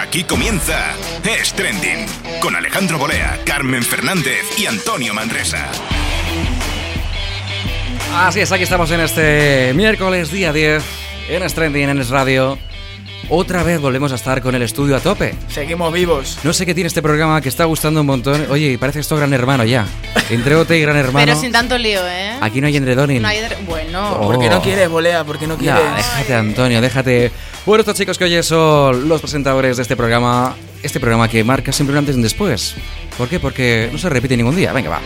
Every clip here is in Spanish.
Aquí comienza Es Trending con Alejandro Bolea, Carmen Fernández y Antonio Manresa. Así es, aquí estamos en este miércoles día 10 en Es Trending, en Es Radio. Otra vez volvemos a estar con el estudio a tope. Seguimos vivos. No sé qué tiene este programa que está gustando un montón. Oye, y parece esto Gran Hermano ya. Entre OT y Gran Hermano. Pero sin tanto lío, ¿eh? Aquí no hay endredoning. No hay dr- Bueno. Oh. ¿Por qué no quieres, volea? ¿Por qué no Ya, quieres? déjate, Antonio, déjate. Bueno, estos chicos que hoy son los presentadores de este programa, este programa que marca siempre un antes y un después. ¿Por qué? Porque no se repite ningún día. Venga, va.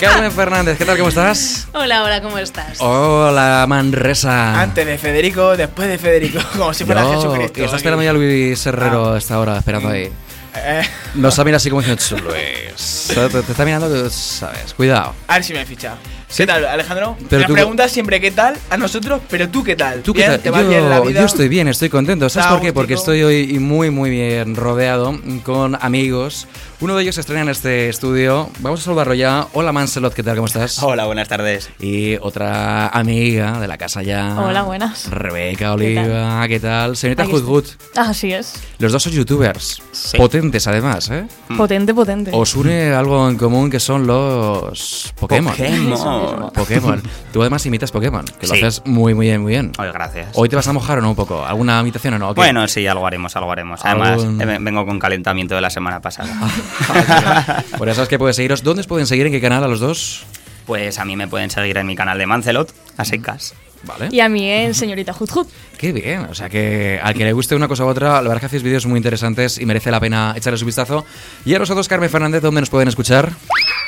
Carmen Fernández, ¿qué tal? ¿Cómo estás? Hola, hola, ¿cómo estás? Hola, Manresa. Antes de Federico, después de Federico, como si fuera Yo- Jesucristo. Está aquí. esperando ya Luis Ah. Herrero a esta hora, esperando ahí. Eh, Nos está mirando así como diciendo, Luis. Te, te- te está mirando, sabes, cuidado. a ver si me ficha. Sí. ¿Qué tal, Alejandro? Pero Las tú- preguntas siempre qué tal a nosotros, pero tú qué tal. ¿Tú qué ¿Bien? tal? ¿Te va yo, bien la vida? yo estoy bien, estoy contento. ¿Sabes Está por qué? Porque gustico. estoy hoy muy, muy bien rodeado con amigos. Uno de ellos se estrena en este estudio. Vamos a saludarlo ya. Hola, Manselot, ¿qué tal? ¿Cómo estás? Hola, buenas tardes. Y otra amiga de la casa ya. Hola, buenas. Rebeca Oliva, ¿qué tal? Señorita Aquí estoy. Juzgut. Ah, Así es. Los dos son youtubers. Sí. Potentes, además, ¿eh? Potente, potente. Os une algo en común que son los Pokémon. Pokémon. Pokémon. Tú además imitas Pokémon, que lo Sí. haces muy, muy bien, muy bien. Ay, gracias. Hoy te vas a mojar o no un poco. ¿Alguna imitación o no? ¿O qué? Bueno, sí, algo haremos, algo haremos. Además, Algún- eh, ve- vengo con calentamiento de la semana pasada. Por eso es que puedes seguiros. ¿Dónde os pueden seguir? ¿En qué canal a los dos? pues a mí me pueden seguir en mi canal de Mancelot, a secas. Vale. Y a mí en Señorita Juzjut. Qué bien. O sea que al que le guste una cosa u otra, la verdad es que hacéis vídeos muy interesantes y merece la pena echarles un vistazo. Y a nosotros, Carmen Fernández, ¿dónde nos pueden escuchar?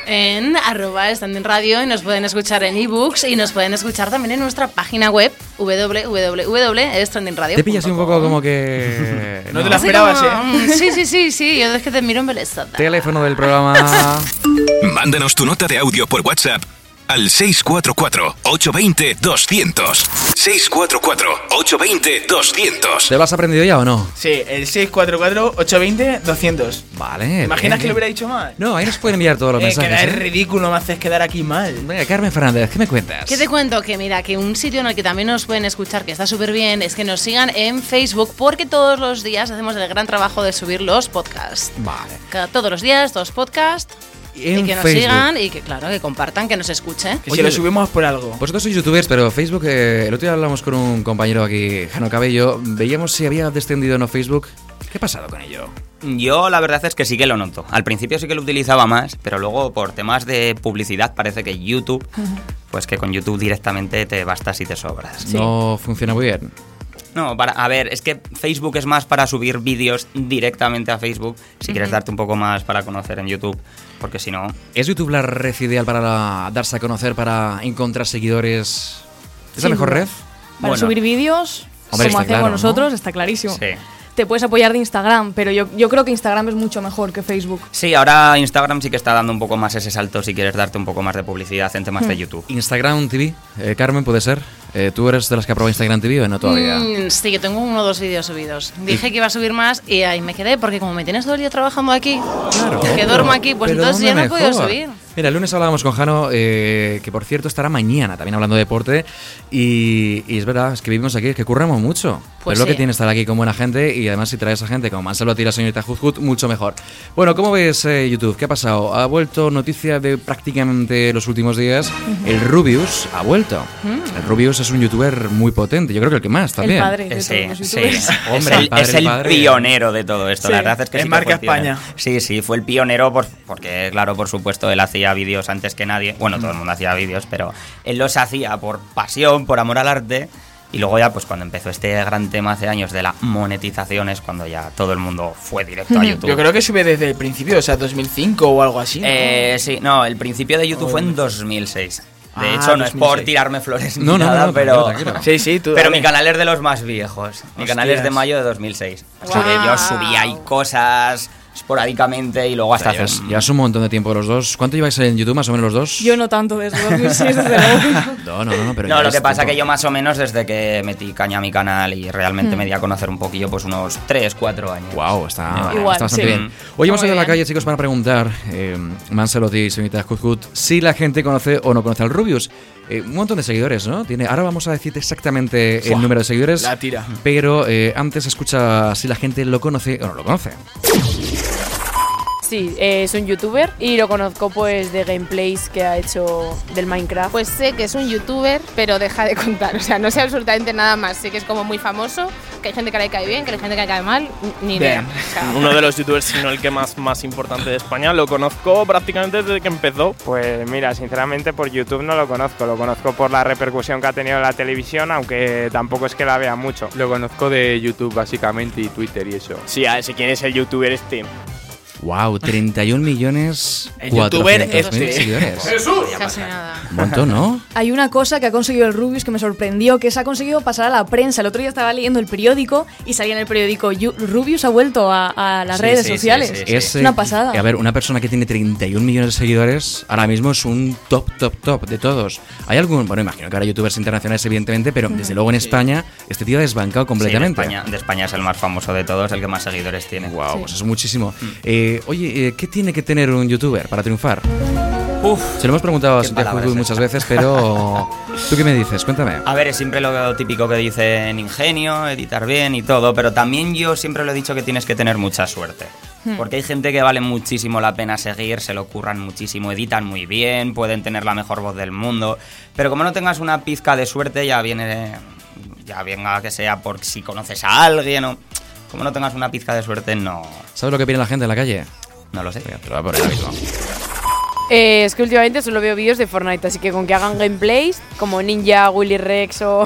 En arroba estando en radio y nos pueden escuchar en ebooks y nos pueden escuchar también en nuestra página web www.standingradio. Te pillas un poco como que. No te la esperabas, ¿eh? Mm, Sí, sí, sí, sí. Yo es que te miro embelesada. Teléfono del programa. Mándanos tu nota de audio por WhatsApp al 644-820-200. 644-820-200. ¿Te lo has aprendido ya o no? Sí, el 644-820-200. Vale. bien, ¿Imaginas que lo hubiera bien. dicho mal? No, ahí nos pueden enviar todos los Eh, mensajes. quedar ¿eh? ridículo, me haces quedar aquí mal. Venga, Carmen Fernández, ¿qué me cuentas? ¿Qué te cuento? Que mira, que un sitio en el que también nos pueden escuchar, que está súper bien, es que nos sigan en Facebook porque todos los días hacemos el gran trabajo de subir los podcasts. Vale. Cada- Todos los días, dos podcasts. En y que nos Facebook. sigan y que, claro, que compartan, que nos escuchen. Que Oye, si lo subimos por algo. Vosotros sois youtubers, pero Facebook, eh, el otro día hablamos con un compañero aquí, Jano Cabello, veíamos si había descendido o no Facebook. ¿Qué ha pasado con ello? Yo la verdad es que sí que lo noto. Al principio sí que lo utilizaba más, pero luego por temas de publicidad parece que YouTube, pues que con YouTube directamente te bastas y te sobras. Sí. No funciona muy bien. No, para, a ver, es que Facebook es más para subir vídeos directamente a Facebook, si quieres darte un poco más para conocer en YouTube, porque si no, ¿Es YouTube la red ideal para la- darse a conocer, para encontrar seguidores? ¿Es la Sin mejor duda. red? Para Bueno. subir vídeos, Hombre, como está hacemos claro, ¿no? nosotros, está clarísimo. sí. Te puedes apoyar de Instagram, pero yo, yo creo que Instagram es mucho mejor que Facebook. Sí, ahora Instagram sí que está dando un poco más ese salto si quieres darte un poco más de publicidad en Hmm. temas de YouTube. Instagram TV, eh, Carmen, puede ser. Eh, ¿Tú eres de las que ha probado Instagram TV o no todavía? Mm, sí, que tengo uno o dos vídeos subidos. Dije que iba a subir más y ahí me quedé, porque como me tienes todo el día trabajando aquí, que duermo aquí, pues Pero entonces ya no ¿dónde he podido mejor? subir. Mira, el lunes hablábamos con Jano, eh, que por cierto estará mañana también hablando de deporte. Y, y es verdad, es que vivimos aquí, es que curramos mucho. Pues es lo sí. que tiene estar aquí con buena gente y además si traes a gente como Mansalo Tira, señorita Juzgut, mucho mejor. Bueno, ¿cómo ves eh, YouTube? ¿Qué ha pasado? Ha vuelto noticia de prácticamente los últimos días. El Rubius ha vuelto. Mm. El Rubius es un youtuber muy potente, yo creo que el que más también. El padre de Ese, todos los Eh, sí. youtubers. es Hombre, el, el padre, es el el padre. pionero de todo esto. Sí. La verdad es que Es sí que marca fue el pionero. España. Sí, sí, fue el pionero por- porque, claro, por supuesto, él hacía vídeos antes que nadie. Bueno, Hmm. todo el mundo hacía vídeos, pero él los hacía por pasión, por amor al arte. Y luego ya, pues cuando empezó este gran tema hace años de la monetización, es cuando ya todo el mundo fue directo Hmm. a YouTube. Yo creo que sube desde el principio, o sea, 2005 o algo así. ¿no? Eh, sí, no, el principio de YouTube fue en 2006. De Ah, hecho, no es por 2006. tirarme flores ni No, no, no, nada, no, pero... tranquilo, tranquilo. Sí, sí, tú Pero dale. mi canal es de los más viejos. Mi canal es de Hostias. mayo de 2006. O sea Guau. que yo subía ahí cosas esporádicamente y luego hasta hace llevas, un- llevas un montón de tiempo los dos. ¿Cuánto lleváis en YouTube más o menos los dos? Yo no tanto desde 2006, desde luego. No, no, no, no, pero No, lo lleváis que pasa tiempo. que yo más o menos desde que metí caña a mi canal y realmente me di a conocer un poquillo, pues unos 3, 4 años. Wow, está, Igual, está bastante sí. bien. Mm. Hoy hemos Muy salido a la bien. calle, chicos, para preguntar, eh, Lancelotti y señorita Cuzcut, si la gente conoce o no conoce al Rubius. Eh, un montón de seguidores, ¿no? Tiene, ahora vamos a decir exactamente el Buah, número de seguidores. la tira. Pero eh, antes escucha si la gente lo conoce o no lo conoce. Sí, eh, es un youtuber y lo conozco pues de gameplays que ha hecho del Minecraft. Pues sé que es un youtuber, pero deja de contar. O sea, no sé absolutamente nada más. Sé que es como muy famoso, que hay gente que le cae bien, que hay gente que le cae mal, ni idea. Bien. O sea, Uno de los youtubers, sino el que más, más importante de España. Lo conozco prácticamente desde que empezó. Pues mira, sinceramente por YouTube no lo conozco, lo conozco por la repercusión que ha tenido en la televisión, aunque tampoco es que la vea mucho. Lo conozco de YouTube básicamente y Twitter y eso. Sí, a ver si quién es el youtuber este. Wow, 31 millones El youtuber 400 mil este. seguidores. Casi nada. Un montón, ¿no? Hay una cosa que ha conseguido el Rubius que me sorprendió, que se ha conseguido pasar a la prensa. El otro día estaba leyendo el periódico y salía en el periódico "Yu- Rubius ha vuelto a, a las Sí, redes sí, sí, sociales. sí, sí. Es, Es una eh, pasada. A ver, una persona que tiene 31 millones de seguidores ahora mismo es un top, top, top de todos. Hay algún, bueno, imagino que habrá youtubers internacionales, evidentemente, pero desde luego en España este tío ha desbancado Sí, de, completamente. España, de España es el más famoso de todos, el que más seguidores tiene. Wow, pues es muchísimo. Eh, oye, eh, ¿qué tiene que tener un youtuber para triunfar? Se lo hemos preguntado a qué Santiago palabra Cruz es muchas esta. veces, pero ¿tú qué me dices? Cuéntame. A ver, es siempre lo típico que dicen ingenio, editar bien y todo, pero también yo siempre lo he dicho que tienes que tener mucha suerte. Porque hay gente que vale muchísimo la pena seguir, se lo curran muchísimo, editan muy bien, pueden tener la mejor voz del mundo, pero como no tengas una pizca de suerte, ya viene. Ya venga que sea por si conoces a alguien o. Como no tengas una pizca de suerte, no. ¿Sabes lo que pide la gente en la calle? No lo sé. Te lo voy a poner ahora mismo. Eh, es que últimamente solo veo vídeos de Fortnite, así que con que hagan gameplays como Ninja, Willy Rex o... o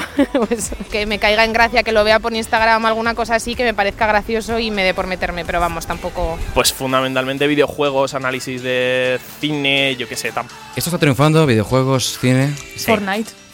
eso. que me caiga en gracia, que lo vea por Instagram o alguna cosa así, que me parezca gracioso y me dé por meterme, pero vamos, tampoco. Pues fundamentalmente videojuegos, análisis de cine, yo qué sé, tam- Esto está triunfando, videojuegos, cine. Sí. Fortnite.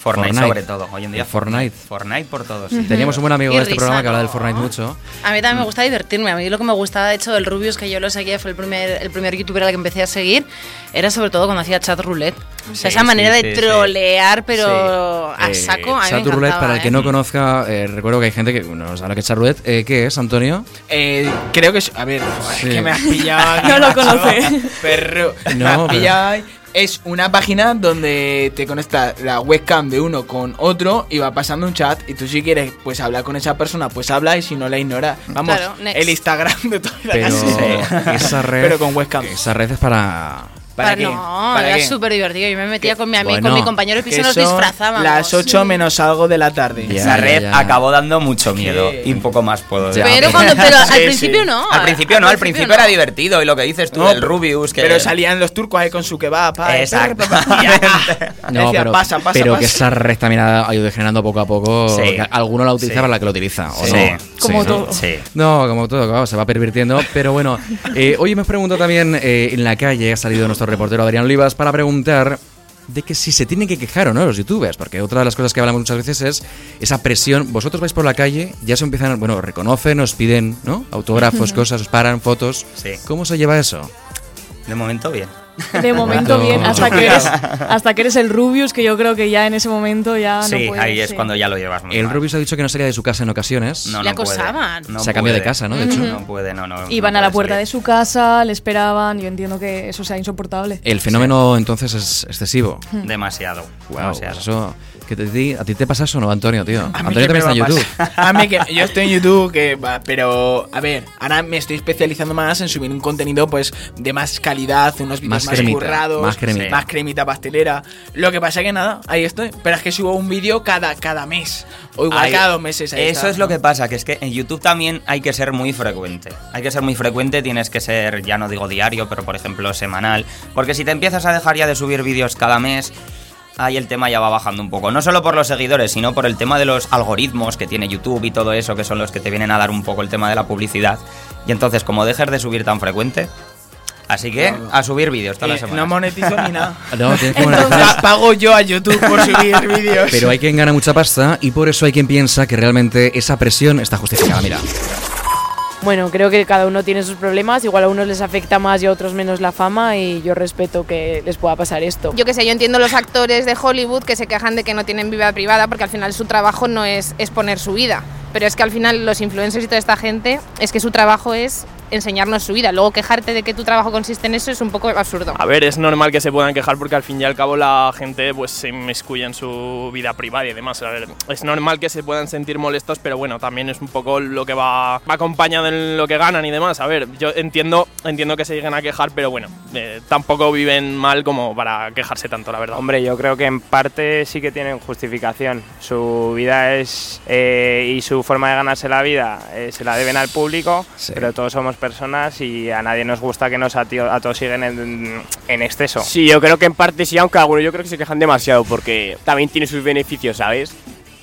Fortnite. Fortnite. sobre todo. Hoy en día. El Fortnite. Fortnite por todos. sí. Teníamos un buen amigo Y de este risa, programa que hablaba del ¿no? Fortnite mucho. A mí también me gusta divertirme. A mí lo que me gustaba, de hecho, del Rubius que yo lo seguía, fue el primer, el primer youtuber al que empecé a seguir, era sobre todo cuando hacía chat roulette. O sea, Sí, esa sí, manera sí, de sí. trolear, pero Sí. a Eh, saco. a mí me Chat Roulette, encantaba, para el que ¿eh? no conozca, eh, recuerdo que hay gente que no sabe lo que es Chat Roulette. Eh, ¿Qué es, Antonio? Eh, creo que es. A ver, joder, Sí. es que me has pillado. aquí, No lo macho. conoce. Perro. No, me has pero- pillado ahí. Es una página donde te conecta la webcam de uno con otro y va pasando un chat. Y tú, si quieres, pues hablar con esa persona, pues habla. Y si no, la ignora. Vamos, Claro, next. el Instagram de toda la Pero clase. esa red. Pero con webcam. Esa red es para. ¿Para Ah, qué? No, ¿Para era qué? súper divertido. Yo me metía con mi amigo, Bueno. con mi compañero de piso Que nos son disfrazábamos. Las 8 Sí. menos algo de la tarde. Ya, ya, Esa red ya. acabó dando mucho miedo Sí. y un poco más puedo Ya. decir. Pero cuando pero al sí. principio no. eh, Al principio no, al principio era divertido y lo que dices tú No, del Rubius que Pero salían los turcos ahí con su kebab. pa, Exacto. pa, pa, pa. No, Decía, pero, pasa, pasa, pero que pasa. esa red también ha ha ido degenerando poco a poco. Sí. que Alguno la utiliza Sí. para la que lo utiliza. ¿o Sí. no? Como ¿no? todo. Sí. No, como todo, claro, se va pervirtiendo. Pero bueno, eh, hoy me pregunto también eh, en la calle, ha salido nuestro reportero Adrián Olivas para preguntar de que si se tienen que quejar o no los youtubers, porque otra de las cosas que hablamos muchas veces es esa presión. Vosotros vais por la calle, ya se empiezan, bueno, os reconocen, os piden, ¿no? Autógrafos, cosas, os paran, fotos. Sí. ¿Cómo se lleva eso? De momento bien. De Momento. momento bien, hasta que, eres, hasta que eres el Rubius, que yo creo que ya en ese momento ya sí, Ah, no puedes, ahí es sí. cuando ya lo llevas muy El mal. Rubius ha dicho que no salía de su casa en ocasiones. no, Le no puede. acosaban. No Se ha cambiado de puede. casa, ¿no? De hecho. no puede, no, no. Iban no a la puede puerta de salir. su casa, le esperaban, yo entiendo que eso sea insoportable. El fenómeno entonces es excesivo. demasiado. Wow, demasiado. pues eso, que te- ti- a ti te pasa eso, ¿no, Antonio, tío? A mí Antonio que también está en me va YouTube. a pasar. A mí que yo estoy en YouTube, que, va, pero a ver, ahora me estoy especializando más en subir un contenido pues de más calidad, unos Más vídeos más, cremita, currados, más cremita. más cremita pastelera. Lo que pasa que nada, ahí estoy. Pero es que subo un vídeo cada, cada mes, o igual Ahí- cada dos meses. ahí Eso está, es lo ¿no? que pasa, que es que en YouTube también hay que ser muy frecuente. Hay que ser muy frecuente, tienes que ser, ya no digo diario, pero por ejemplo semanal. Porque si te empiezas a dejar ya de subir vídeos cada mes, ahí el tema ya va bajando un poco. No solo por los seguidores, sino por el tema de los algoritmos que tiene YouTube y todo eso, que son los que te vienen a dar un poco el tema de la publicidad. Y entonces, como dejes de subir tan frecuente, así que a subir vídeos todas las Eh, no semanas. monetizo ni nada. No, tienes que monetizar. Pa- Pago yo a YouTube por subir vídeos. Pero hay quien gana mucha pasta y por eso hay quien piensa que realmente esa presión está justificada. Mira, Bueno, creo que cada uno tiene sus problemas, igual a unos les afecta más y a otros menos la fama y yo respeto que les pueda pasar esto. Yo qué sé, yo entiendo los actores de Hollywood que se quejan de que no tienen vida privada porque al final su trabajo no es exponer su vida. Pero es que al final los influencers y toda esta gente es que su trabajo es enseñarnos su vida. Luego quejarte de que tu trabajo consiste en eso es un poco absurdo. A ver, es normal que se puedan quejar porque al fin y al cabo la gente pues se inmiscuye en su vida privada y demás. A ver, es normal que se puedan sentir molestos, pero bueno, también es un poco lo que va, va acompañado en lo que ganan y demás. A ver, yo entiendo, entiendo que se lleguen a quejar, pero bueno, eh, tampoco viven mal como para quejarse tanto, la verdad. Hombre, yo creo que en parte sí que tienen justificación. Su vida es eh, y su forma de ganarse la vida eh, se la deben al público, pero todos somos personas y a nadie nos gusta que nos atio- atosiguen en, en exceso. Sí, yo creo que en parte sí, aunque algunos yo creo que se quejan demasiado porque también tiene sus beneficios, ¿sabes?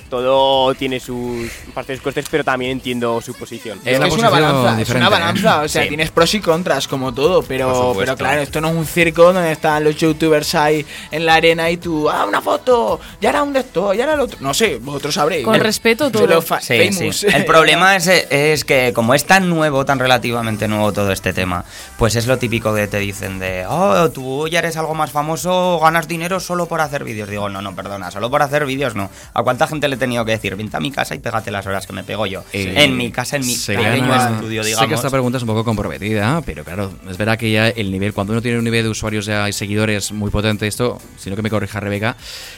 Todo tiene sus partes sus costes, pero también entiendo su posición. Es, que es una balanza, es una diferente, ¿eh? balanza, o sea, Sí. tienes pros y contras como todo, Por pero, supuesto. pero claro, esto no es un circo donde están los youtubers ahí en la arena y tú, ah, una foto, ya era un de esto, ya era el otro, no sé, vosotros sabréis. Con El- respeto, de todo. los fa- Sí, sí. famous. El problema es, es que como es tan nuevo, tan relativamente nuevo todo este tema, pues es lo típico que te dicen de, oh, tú ya eres algo más famoso, ganas dinero solo por hacer vídeos. Digo, no, no, perdona, solo por hacer vídeos no. ¿A cuánta gente le he tenido que decir, vente a mi casa y pégate las horas que me pego yo? Eh, En mi casa, en mi se pequeño gana- estudio, Sé que digamos. esta pregunta es un poco comprometida, pero claro, es verdad que ya el nivel, cuando uno tiene un nivel de usuarios ya y seguidores muy potente, esto, sino que me corrija Rebeca,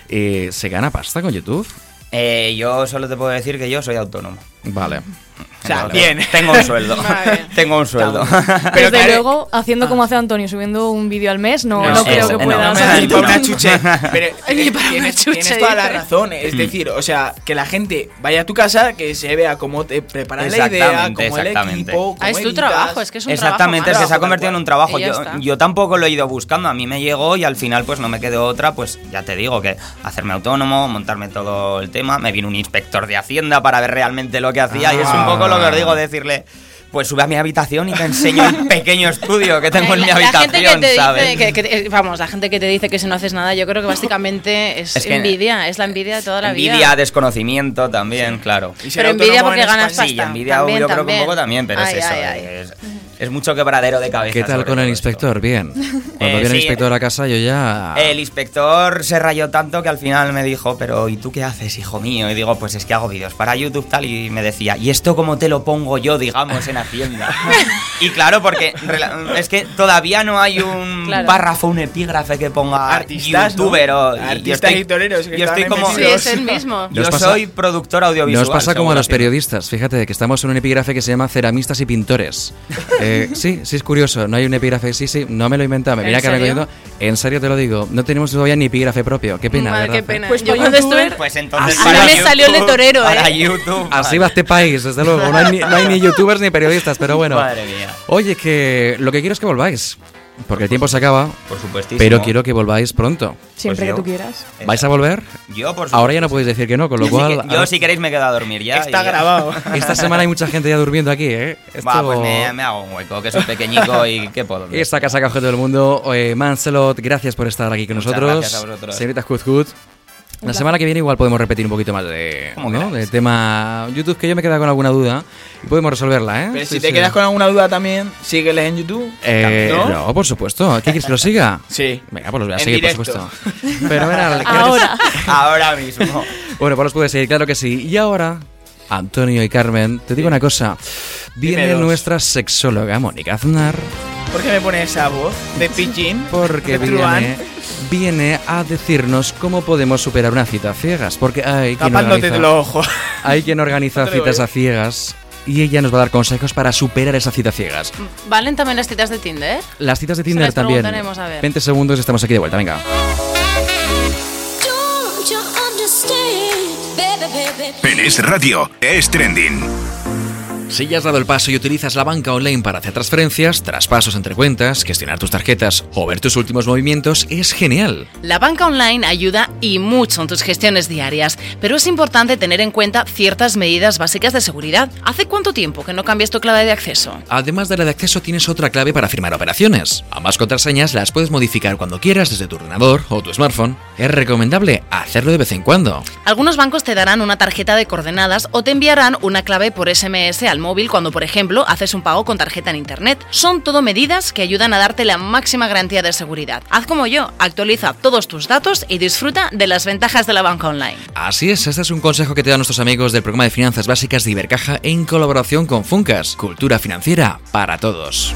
eh, ¿se gana pasta con YouTube? Eh, yo solo te puedo decir que yo soy autónomo. Vale. O sea, Vale, bien. vale. Tengo un sueldo. Tengo un sueldo. Desde luego, haciendo como hace Antonio, subiendo un vídeo al mes, no, ah. No, no creo eso, que no, puedas. no, hacer no, Ni para todo. una chuche. Pero Ni para una tienes, chuche, tienes toda la dice. razón. Es Mm. decir, o sea, que la gente vaya a tu casa, que se vea cómo te preparas la idea, Exactamente, cómo el exactamente. equipo, Ah, cómo es tu editas. trabajo, es que es un Exactamente, es trabajo. que se ha más. convertido en un trabajo. Y ya Yo, está. yo tampoco lo he ido buscando, a mí me llegó y al final pues no me quedó otra, pues ya te digo que hacerme autónomo, montarme todo el tema, me vino un inspector de Hacienda para ver realmente lo que hacía y es un poco lo que os Ah. digo, decirle... Pues sube a mi habitación y te enseño el pequeño estudio que tengo en mi La- la gente habitación, que te ¿sabes? Dice que- que- eh, vamos, la gente que te dice que si no haces nada, yo creo que básicamente es, Es que- envidia, es la envidia de toda la envidia, vida. desconocimiento también, claro. Y ser Pero envidia autónomo porque en ganas España. pasta. Sí, envidia también, yo creo también. que un poco también, pero Ay, es eso. eh, ay, ay. Es, es mucho quebradero de cabeza. ¿Qué tal sobre con el inspector? Bien. Cuando Eh, viene el sí. Eh, inspector a casa, yo ya. Ah. El inspector se rayó tanto que al final me dijo, pero ¿y tú qué haces, hijo mío? Y digo, pues es que hago vídeos para YouTube tal y me decía, ¿y esto cómo te lo pongo yo, digamos, en Hacienda? y claro, porque rela- es que todavía no hay un Claro. párrafo, un epígrafe que ponga Artistas, ¿no? youtuber o... y yo Artistas estoy- y toreros que Yo estoy estaban como... Sí, es el mismo. Nos Yo pasa- soy productor audiovisual. Nos pasa como a seguro los que- periodistas, fíjate, que estamos en un epígrafe que se llama ceramistas y pintores. Eh, sí, sí es curioso, no hay un epígrafe, sí, sí, no me lo inventaba, me ¿En mira que me serio? cogiendo. En serio te lo digo, no tenemos todavía ni epígrafe propio, qué pena, Madre, ¿verdad? qué pena. Pues yo por cuando youtuber- estuve. Pues entonces... Así para me salió el de YouTube- torero, ¿eh? Para YouTube. Así va vale. este país, desde luego. No hay, ni, no hay ni youtubers ni periodistas, pero bueno. Madre mía. Oye, que lo que quiero es que volváis, porque el tiempo se acaba, Por supuestísimo. pero quiero que volváis pronto. Siempre Pues que yo- tú quieras. ¿Vais a volver? Yo, por Ahora ya no podéis decir que no, con lo Yo sí que- cual... yo, si queréis, me quedo a dormir ya. Está y ya. grabado. Esta semana hay mucha gente ya durmiendo aquí, ¿eh? Esto- Va, pues me, me hago un hueco, que soy pequeñico y qué puedo. Y esta casa coge todo el mundo. Eh, Mancelot, gracias por estar aquí con Muchas nosotros. gracias a vosotros. Señorita Kuzkut. La semana que viene igual podemos repetir un poquito más de, Como ¿no? queráis. del tema YouTube, que yo me he quedado con alguna duda y podemos resolverla, ¿eh? Pero Sí, si te sí. quedas con alguna duda también, sígueles en YouTube. Eh, ¿no? ¿no? por supuesto. ¿Qué quieres que lo siga? Sí. Venga, pues los voy a En seguir, por directo. supuesto. Pero bueno, Ahora. Ahora mismo. Bueno, pues los puedes seguir, claro que sí. Y ahora, Antonio y Carmen, te digo una cosa. Viene Dime dos. nuestra sexóloga, Mónica Aznar. ¿Por qué me pones esa voz de pichín? Porque de truán? viene, viene a decirnos cómo podemos superar una cita a ciegas. Porque hay quien Tapándote organiza, los ojos. hay quien organiza No te lo citas digo. a ciegas y ella nos va a dar consejos para superar esa cita a ciegas. ¿Valen también las citas de Tinder? Las citas de Mm. Se las Tinder también. preguntaremos, a ver. 20 segundos y estamos aquí de vuelta, venga. Don't you understand, baby, baby? En Es Radio, Es Trending. Si ya has dado el paso y utilizas la banca online para hacer transferencias, traspasos entre cuentas, gestionar tus tarjetas o ver tus últimos movimientos, es genial. La banca online ayuda y mucho en tus gestiones diarias, pero es importante tener en cuenta ciertas medidas básicas de seguridad. ¿Hace cuánto tiempo que no cambias tu clave de acceso? Además de la de acceso tienes otra clave para firmar operaciones. Ambas contraseñas las puedes modificar cuando quieras desde tu ordenador o tu smartphone. Es recomendable hacerlo de vez en cuando. Algunos bancos te darán una tarjeta de coordenadas o te enviarán una clave por SMS al móvil cuando, por ejemplo, haces un pago con tarjeta en Internet. Son todo medidas que ayudan a darte la máxima garantía de seguridad. Haz como yo, actualiza todos tus datos y disfruta de las ventajas de la banca online. Así es, este es un consejo que te dan nuestros amigos del programa de finanzas básicas de Ibercaja en colaboración con Funcas, cultura financiera para todos.